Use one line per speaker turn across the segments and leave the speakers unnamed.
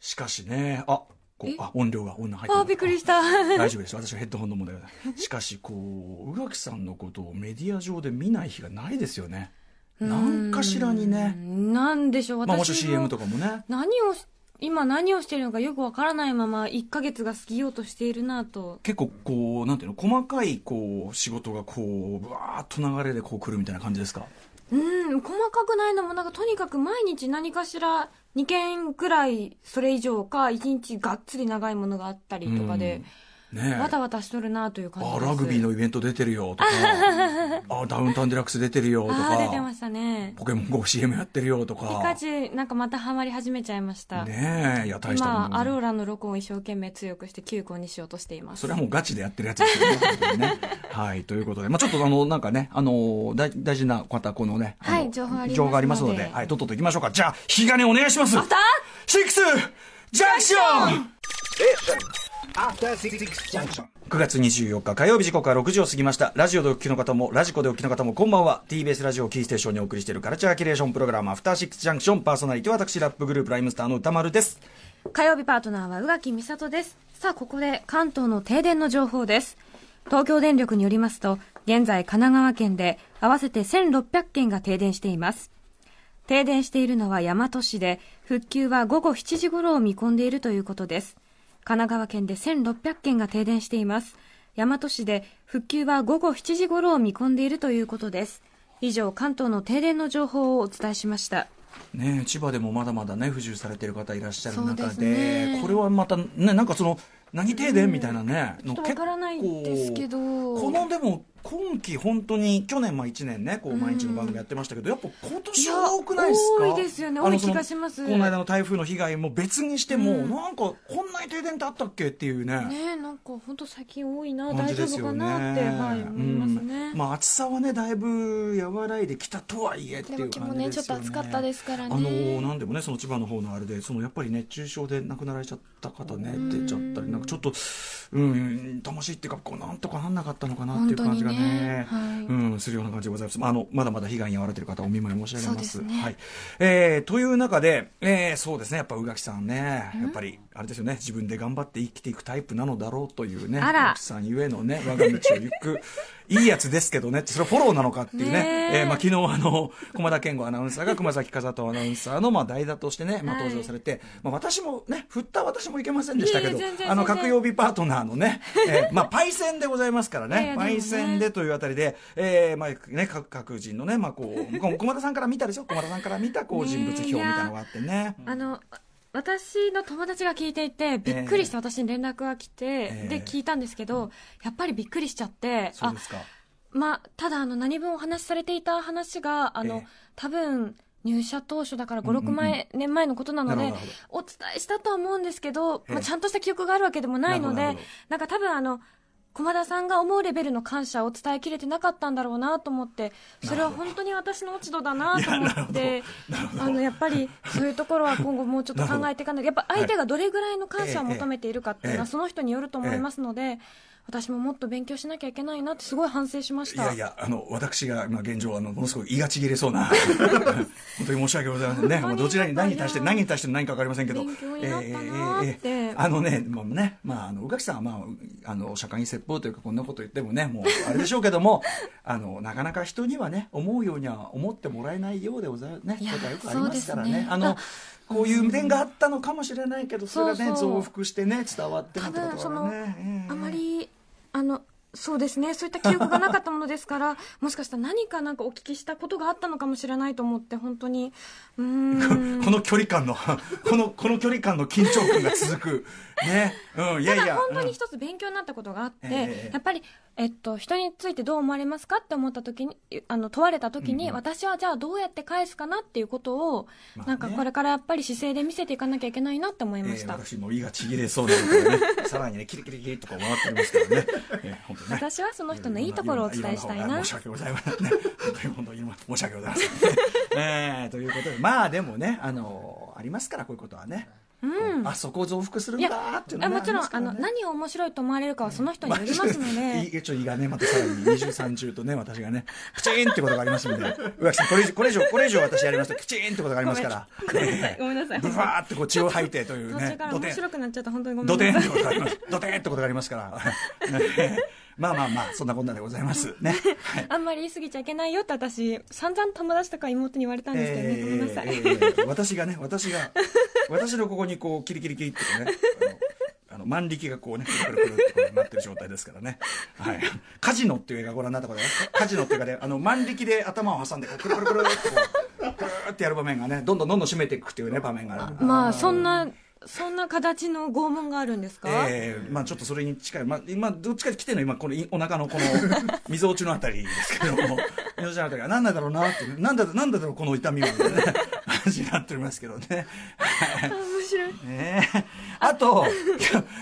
しかしね、あこうあ音量が、音量入
あーびっくりした
大丈夫です私はヘッドホンの問題だからしかしこう宇垣さんのことをメディア上で見ない日がないですよね何かしらにね
うんなんでしょう
まあもちろん
私
CM
も
とかもね
何をし今何をしてるのかよくわからないまま1ヶ月が過ぎようとしているなと
結構こうなんていうの細かいこう仕事がこうぶわーっと流れでこう来るみたいな感じですか
うん細かくないのもなんかとにかく毎日何かしら2件くらいそれ以上か1日がっつり長いものがあったりとかで、
ね
わ
え
たわたしとるなという感じ
あ
です
ラグビーのイベント出てるよと かあダウンタウンデラックス出てるよと
ああ出て
か
ましたね
ポケモン GOCM やってるよと
ピカ
か
チュウなんかまたハマり始めちゃいました、
ねえいや大したもんだね
今アローラのロコンを一生懸命強くして9個にしようとしています
それはもうガチでやってるやつですよね。本当に ねはい。ということで、まあちょっとあの、なんかね、あの、大大事な方、このね、あの
はい情報ありますので
情報ありますので、はい、とっとと行きましょうか。じゃあ、引き金お願いします。またシックスジャンクション
After Six Junction.
9月24日火曜日時刻は6時を過ぎました。ラジオでお聞きの方も、ラジコでお聞きの方も、こんばんは。TBS ラジオキーステーションにお送りしているカルチャーキュレーションプログラム、アフターシックスジャンクション、パーソナリティは私、ラップグループライムスターの歌丸です。
火曜日パートナーは宇垣美里ですさあここで関東の停電の情報です東京電力によりますと現在神奈川県で合わせて1600件が停電しています停電しているのは大和市で復旧は午後7時頃を見込んでいるということです神奈川県で1600件が停電しています大和市で復旧は午後7時頃を見込んでいるということです以上関東の停電の情報をお伝えしました
ねえ、千葉でもまだまだね不自由されてる方いらっしゃる中
そう
で
ですね
これはまたねなんかその何停電みたいなね、の
ちょっとわからないですけど
このでも今期本当に去年まあ1年ねこう毎日の番組やってましたけど、やっぱ今年は多くないですか
いや多いですよね
あの
多い気
その
がします
この間の台風の被害も別にしても、なんかこんなに停電ってあったっけっていう
ねえなんか本当最近多いな
感
大
じ
丈
です
夫
よ
か
ね。
なって、はい、思いますね、
うんまあ暑さはねだいぶ和らいできたとはいえっていう感じですよね。
でも今日もねちょっと暑かったですからね
あのーなんでもねその千葉の方のあれでそのやっぱり熱中症で亡くなられちゃった方ね出ちゃったりなんかちょっとうん魂っていうかこうなんとかなんなかったのかなっていう感じが
本当
ね
にねはい
うんするような感じでございます。まああのまだまだ被害に遭われてる方お見舞い申し上げます。
そうですね
はい。えーという中で、えーそうですねやっぱ宇垣さんねやっぱりあれですよね自分で頑張って生きていくタイプなのだろうというね
あら
宇垣さんゆえのね我が道を行 くいいやつですけどねってそれフォローなのかっていうね
ねえ
えーまあ、昨日あの駒田健吾アナウンサーが 熊崎風斗アナウンサーのまあ代打としてね、まあ、
はい
登場されて、まあ、私もね振った私もいけませんでしたけど
いえいえ全然
あの
全然
各曜日パートナーの ね、えーまあ、パイセンでございますから
いや
ね
いや
パ
でもね
イセンでというあたりで、えーまあね、各各人のね、まあ、こうこう駒田さんから見たでしょ駒田さんから見たこう人物表みたいなのがあってね。
あの私の友達が聞いていてびっくりして私に連絡が来て、
ええ
で聞いたんですけど、やっぱりびっくりしちゃって
そう
あ
ですか
まあただあの何分お話しされていた話があの、
ええ
多分入社当初だから
うんうんうん
56年前のことなので、
なるほどなる
お伝えしたとは思うんですけど、
ええ
まあ、ちゃんとした記憶があるわけでもないので
なる
な
ほどなるほ
んか多分あの駒田さんが思うレベルの感謝を伝えきれてなかったんだろうなと思ってそれは本当に私の落ち度だなと思ってあのやっぱりそういうところは今後もうちょっと考えていかないとやっぱ相手がどれぐらいの感謝を求めているかっていうの
ええ
はその人によると思いますので私ももっと勉強しなきゃいけないなってすごい反省しまし
い
た。
やいや、あの、私が、まあ、現状、あの、ものすごく胃がちぎれそう な、本当に申し訳ございませんね。
本当に
もうどちらに何に対して、
いやいや
何に対して何か分かりませんけど、
勉強になったなーって
あのね、もうね、まあ、あの、宇垣さんは、まあ、あの、社会に説法というか、こんなこと言ってもね、もう、あれでしょうけども、 あの、なかなか人にはね、思うようには思ってもらえないようでございますね、
いや
ことはよくありますからね。
そうですね
あの、こういう点があったのかもしれないけど、それがね、
そうそう
増幅してね、伝わってるってことが
多分その
ね。ええ
あまりあのそうですねそういった記憶がなかったものですからもしかしたら何かなんかお聞きしたことがあったのかもしれないと思って本当にうーん
この距離感の このこの距離感の緊張感が続くねうんいやい
た
や
だ本当
う
に
ん
一つ勉強になったことがあって、
ええ
やっぱり、えっと、人についてどう思われますかって思った時にあの問われた時に、
うんうん
私はじゃあどうやって返すかなっていうことを、
まあね
なんかこれからやっぱり姿勢で見せていかなきゃいけないなって思いま
え
し
ー
た、
私も胃がちぎれそうなので、ね、 さらにねキリキリキリとか回っておりますから ね、えー本当にね
私はその人のいいところをお伝えしたいな
申し訳ございませんね。 本当に本当に申し 訳ございませんね。えーということで、まあでもね、あのーありますから、こういうことはね。あそこを増幅するん
いや
だっていう
あ
の
もちろん、
あ
あの何を面白いと思われるかはその人によりますの
い
で、
いちょ胃がね、またさらに20、30とね、私がね、プチーンってことがありますんで、宇垣さん、これ以上、これ以上、これ以上私やりますと、プチーンってことがありますから、
ごめんなさい
ブワーってこう血を吐いてという
途
ね
中か、ら
ドテ
面
ン
白くなっちゃった本当にごめ
ド
ん
テン
な
っ
さ
てこ
い。
とがあります。ドテンってことがありますから。まあまあまあ、そんなこんなでございます。ね。はい
あんまり言い過ぎちゃいけないよって私散々友達とか妹に言われたんですけどね、ごめんなさい、
えーえーえー私がね、私が、私のここにこう、キリキリキリってこうね、あの、あの万力がこうね、くるくるくるってこうなってる状態ですからね。はい。カジノっていう映画ご覧になったことありますかカジノっていうかね、あの、万力で頭を挟んで、こう、くるくるくるってこう、ぐーってやる場面がね、どんどんどんどん締めていくっていうね、場面がある。
まあそんなそんな形の拷問があるんですか、
ええまあちょっとそれに近い、まあ、今どっちか来てるのは今このいお腹のこのみぞおちのあたりですけどもみぞおちのあたりが何なんだろうなっていうなんだなんだろうこの痛みはみたいなね感じになっておりますけどね。
あ面白い
ね えあと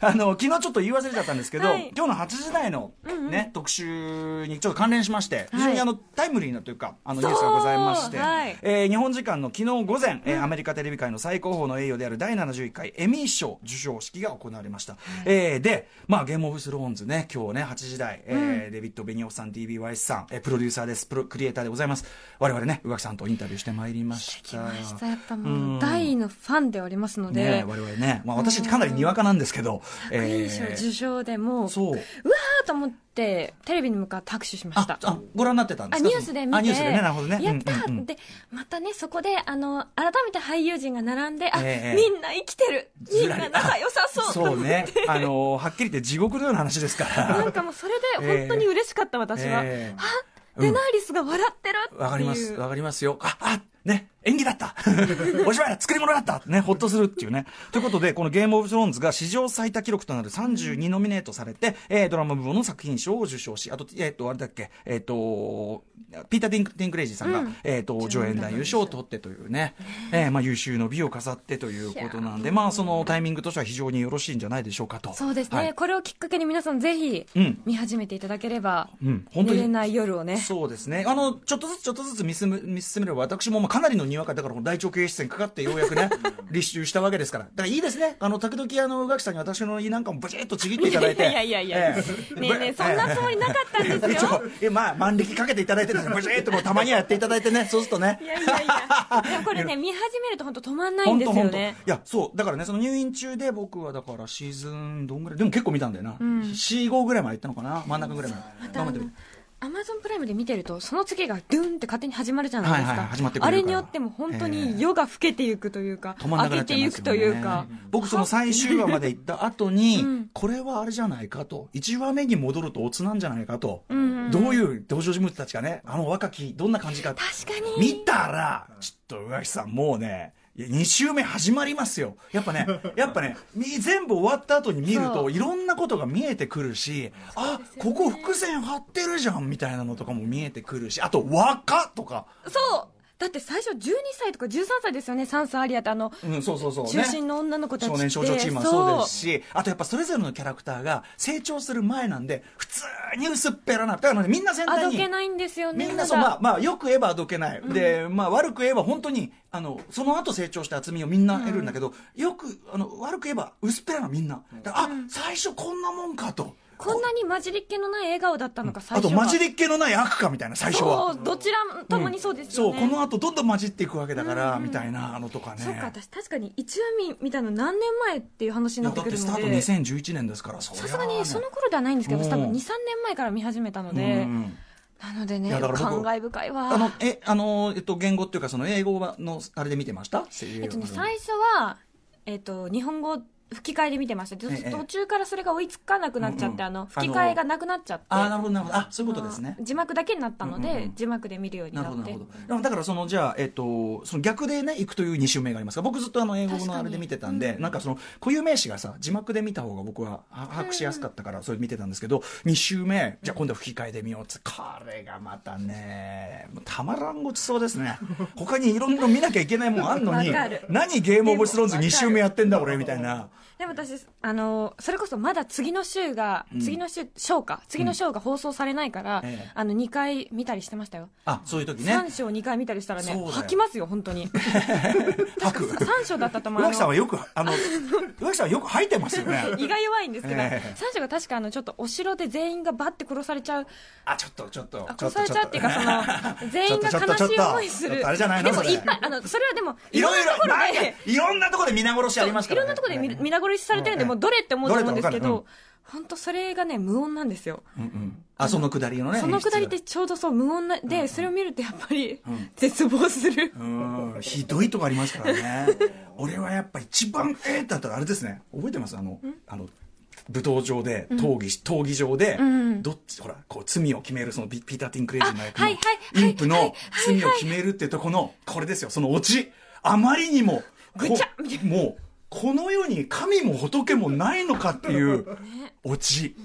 あの昨日ちょっと言い忘れちゃったんですけど、
はい
今日の8時台の、ね特集にちょっと関連しまして非常にあの、タイムリーなというかあのニ
そう
ュースがございまして、
はい
えー日本時間の昨日午前、えーアメリカテレビ界の最高峰の栄誉である第71回エミー賞授賞式が行われました、えーで、まあ、ゲームオブスローンズね今日ね8時台、えーデビッド・ベニオフさん DB ワイスさん、えープロデューサーですプロクリエイターでございます我々ね宇垣さんとインタビューしてまいりました
来ましたやっぱも
うん
う大のファンでおりますの
ね
で、
え、我々ね、まあ、私かなりにわかなんですけど、
作品賞
えー
受賞でもう、
そう
うわーと思ってテレビに向かって拍手しまし
あ
た
あご覧になってたんで
あ
すか
ニュースで見て
あニュースでねなるほどね
やったー、
うんうんうん
でまたねそこであの改めて俳優陣が並んであ、
ええ
みんな生きてるみ
ず
ん
らり
な仲良さそうと思
そ
っ
う
て
ねあのはっきり言って地獄のような話ですか
なん
ら
かもうそれで本当に嬉しかった、私は。
えー
あデナーリスが笑ってるっていう。
わかりますわかりますよああね演技だった お芝居だ作り物だったねほっとするっていうねということでこの「ゲームオブスローンズ」が史上最多記録となる32ノミネートされて、えードラマ部門の作品賞を受賞しあと,、えー、とあれだっけえっ、とピーター・ディンクディンクレイジーさんが、
うん
えー、と上演男優賞を取ってというね、えーまあ、優秀の美を飾ってということなんで、まあ、そのタイミングとしては非常によろしいんじゃないでしょうかと。
そうですね、
はい
これをきっかけに皆さんぜひ
うん
見始めていただければ、
うん本当に
寝れない夜をね。
そうですね。あの、ちょっとずつちょっとずつ見進む見進めれば、私もまあかなりのにわかだから、この大腸経営室にかかってようやくね、立秋したわけですから。だからいいですね。あの、時々、あの、宇垣さんに私の胃なんかもブチッとちぎっていただい
い
て。
やいやいやいや、
ええ
ねえねえ、そんなつもりなかったんで すよ。
ええまあ、万力かけていただいてるんですよブチッとこうたまにはやっていただい てね、そうするとね
い。やいやいや、いやこれね、見始めると本当止まんないん
本
で
当
すよ
本当。い
ね。
や、そう。だからね、その入院中で僕はだからシーズンどんぐらい、でも結構見たんだよな。4、5ぐらいまで行ったのかな真ん中ぐらいまで。頑張ってみて
アマゾンプライムで見てると、その次がドゥンって勝手に始まるじゃないですか。
はいはい始まってくれる
あ
から
れによっても本当に夜が更けていくというか、
止まんなくなっ
明け
ちゃ
て
いま
い
す
く
よ
と
ね
いうか。
僕その最終話まで行った後に、
ん
これはあれじゃないかと1話目に戻るとオツなんじゃないかと、
んうんうん
どういう登場人物たちがねあの若きどんな感じか
確かに
見たらちょっと上木さんもうね2週目始まりますよやっぱね やっぱねみ全部終わった後に見る
そ
といろんなことが見えてくるしあここ伏線張ってるじゃんみたいなのとかも見えてくるしあと若とか、
そうだって最初12歳とか13歳ですよね、サンスアリアってあの、
うん、そうそうそうね
中心の女の子たちっ
少
て、
年少女チームはそうですし、あとやっぱそれぞれのキャラクターが成長する前なんで、普通に薄っぺらな、だからね、みんな全
あ
体
ど
に
け。ないんですよね
みんなそう、
ただ
まあ、まあ、よく言えばあどけない。で、まあ、悪く言えば本当に、あの、その後成長した厚みをみんな得るんだけど、よく、あの、悪く言えば薄っぺらなみんな。だからあ、最初こんなもんかと。
こんなに混じりっ気のない笑顔だったのか、最
あ
初
と、
は
混じりっ気のない悪かみたいな、最初は。
そうどちらともにそうです
そ
よ
う、
ね、
この後どんどん混じっていくわけだから、みたいな、あのとかね。
そっか私確かに一話見見たの何年前っていう話に
い
な
や
っ
だって
てくる
スタート
のでさ
2011年ですから、さ
すがにその頃ではないんですけど
うん
多分23年前から見始めたので、
うん
なので
い
ね
やだから僕
感慨深いわ
あの、え、あの、えっと、言語っていうか、その英語はの、あれで見てました
えっとね、
最
最初は、えっと、日本語吹き替えで見てましたで
ええ
途中からそれが追いつかなくなっち
う
ゃって、
んうん
あの吹き替えがなくなっちゃって
あーなるほど、なるほど。あ、そういうことです
ま
ね
あ。字幕だけになったので、
うんうんうん
字幕で見るように
な
な
るほど、
っ
な
て
るほど。でもだから、その、じゃあ、えっと、その逆でね、行くという2週目がありますが、僕ずっとあの、英語
確
の
かに
あれで見てたんで、なんかその、固有名詞がさ、字幕で見た方が僕はは把握しやすかったから、それ見てたんですけど、2週目、じゃあ今度は吹き替えで見ようっつ、これがまたね、もうたまらんごちそうですね。 他にいろんな見なきゃいけないもんあんのに
わかる、
何ゲームオブスローンズ2週目やってんだ、俺、みたいな。
でも私、あの、それこそまだ次の週が、
うん
次の週、ショーか、次のショーが放送されないから、
ええ
あの、2回見たりしてましたよ。
あそういう時ね
3章2回見たりしたらね
そうだよ、
吐きますよ、本当に。
吐く
3章だったと思う。あ
浮
の
気さんはよくあの浮気さんはよく吐いてますよね
胃が弱いんですけど、
ええ
三章が確かあの、ちょっとお城で全員がバッて殺されちゃう、
あちょっとちょっと
あ
ちょ
殺
っと
されちゃうっていうか、 その、全員が
ちょっとちょ
悲
っと
しい思いす
ちょっ
る。
とあれじゃないの
でも
それ
いっぱい、あの、それはでも、
いろいろ
んなところ
なん
で
か、いろんなところで皆殺しあります
い
から、
ろん
ね、
なところで見
う
皆殺しされてるんで、もうどれって思うと思うんですけ
どれってわ
ど、本当それがね、無音なんですよ。
んうんあそのくだりのね
そのくだりっ
演
てちょうどそう無音なで、それを見るとやっぱり
ん
絶望する
出。うんひどいとこありますからね俺はやっぱ一番ええだったらあれですね覚えてますあのあの舞踏上で闘技,、闘技場で、
ん
どっちほらこう罪を決めるそのピピーター・ティンクレイジーの役
あ
の、
はいはい
インプの罪を決めるっていうとこのこれですよそのオチあまりにもこ
ぐちゃみたい
もうこの世に神も仏もないのかっていうオチ、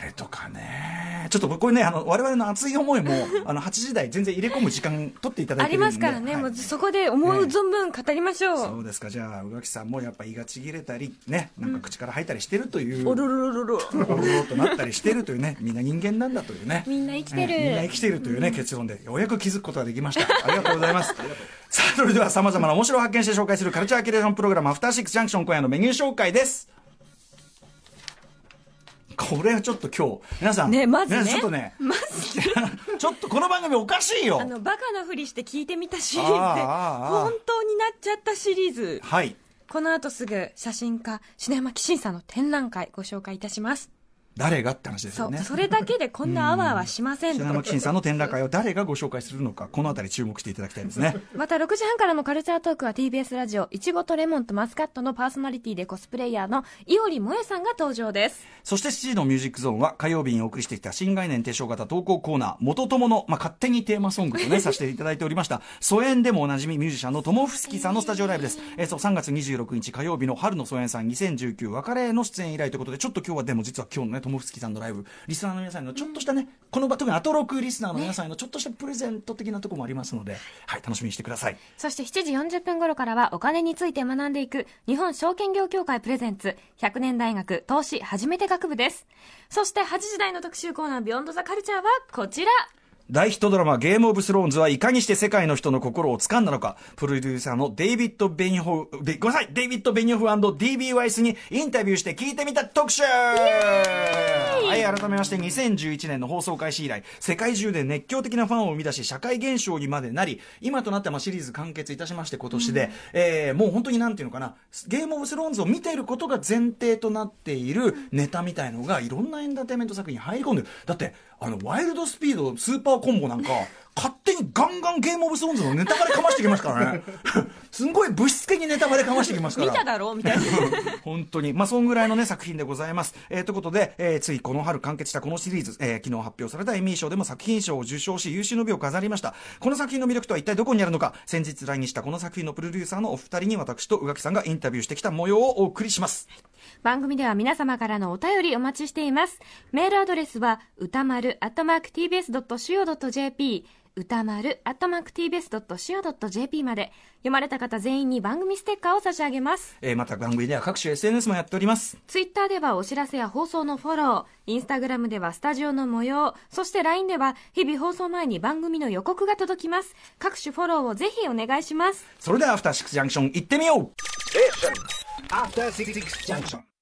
あれとかねちょっとこれねあの我々の熱い思い もあの8時台全然入れ込む時間取っていただい
あ
てる
り
んで
ますからね、
はい
もうそこで思う存分語りましょう。
そうですかじゃあ宇垣さんもやっぱ胃がちぎれたりねなんか口から吐いたりしてるという、
おろろろろろ。
おろろとなったりしてると いうねみんな人間なんだというね
みんな生きてる
ええみんな生きてるというね結論でようやく気づくことができました ありがとうございますさあそれではさまざまな面白を発見して紹介するカルチャーキュレーションプログラム「アフターシックスジャンクション」今夜のメニュー紹介ですこれはちょっと今日皆さん
ねまずね
皆さんちょっとね
まず、
ちょっとこの番組おかしいよ
あの、バカなふりして聞いてみたシリーズ
あ
で、
あああああ
本当になっちゃったシリーズ。
はい
この後すぐ写真家、篠山紀信さんの展覧会ご紹介いたします。
誰がって話です
そ
よ
う、
ね
それだけでこんなアワーはしません
白
と
山。紀信さんの展覧会を誰がご紹介するのかこの辺り注目していただきたいですね
また6時半からのカルチャートークは TBS ラジオ、いちごとレモンとマスカットのパーソナリティでコスプレイヤーのいおりもえさんが登場です。
そして7時のミュージックゾーンは火曜日にお送りしてきた新概念提唱型投稿コーナー、元友の、まあ、勝手にテーマソングとね、させていただいておりました、疎遠でもおなじみミュージシャンのトモフスキさんのスタジオライブです。えーそう、3月26日火曜日の春の疎遠さん2019別れの出演以来ということで、ちょっと今日はでも実は今日のね、トモフスキさんのライブ、リスナーの皆さんのちょっとしたね、この場、特にアトロクリスナーの皆さんへのちょっとしたプレゼント的なところもありますので、はい、楽しみにしてください。
そして7時40分頃からはお金について学んでいく日本証券業協会プレゼンツ100年大学投資初めて学部です。そして8時台の特集コーナービヨンドザカルチャーはこちら。
大ヒットドラマ「ゲーム・オブ・スローンズ」はいかにして世界の人の心を掴んだのかプロデューサーのデイビッド・ベニホフごめんなさいデイビッド・ベニホフ &DB ワイスにインタビューして聞いてみた特集はい改めまして2011年の放送開始以来世界中で熱狂的なファンを生み出し社会現象にまでなり今となってはまあシリーズ完結いたしまして今年で、えーもう本当になんていうのかなゲーム・オブ・スローンズを見ていることが前提となっているネタみたいのがいろんなエンターテインメント作品に入り込んでるだってあのワイルドスピードスーパーコンボなんか勝手にガンガンゲーム・オブ・スローンズのネタバレかましてきますからね すんごいぶしつけにネタバレかましてきますか
見
ら
ただろうみたいな。
本当に。まあ、そんぐらいのね、作品でございます。えーということで、えーついこの春完結したこのシリーズ、えー昨日発表されたエミー賞でも作品賞を受賞し、優秀の美を飾りました。この作品の魅力とは一体どこにあるのか、先日来日したこの作品のプロデューサーのお二人に私と宇垣さんがインタビューしてきた模様をお送りします。
番組では皆様からのお便りお待ちしています。メールアドレスは、歌丸、アットマーク tbs.co.jp、歌丸、アットマーク tbs.co.jp まで、読まれた方全員に番組ステッカーを差し上げます。
えーまた番組では各種 SNS もやっております。
ツイッターではお知らせや放送のフォロー、インスタグラムではスタジオの模様、そして LINE では日々放送前に番組の予告が届きます。各種フォローをぜひお願いします。
それでは、アフターシックスジャンクション行ってみよう
After Six Junction.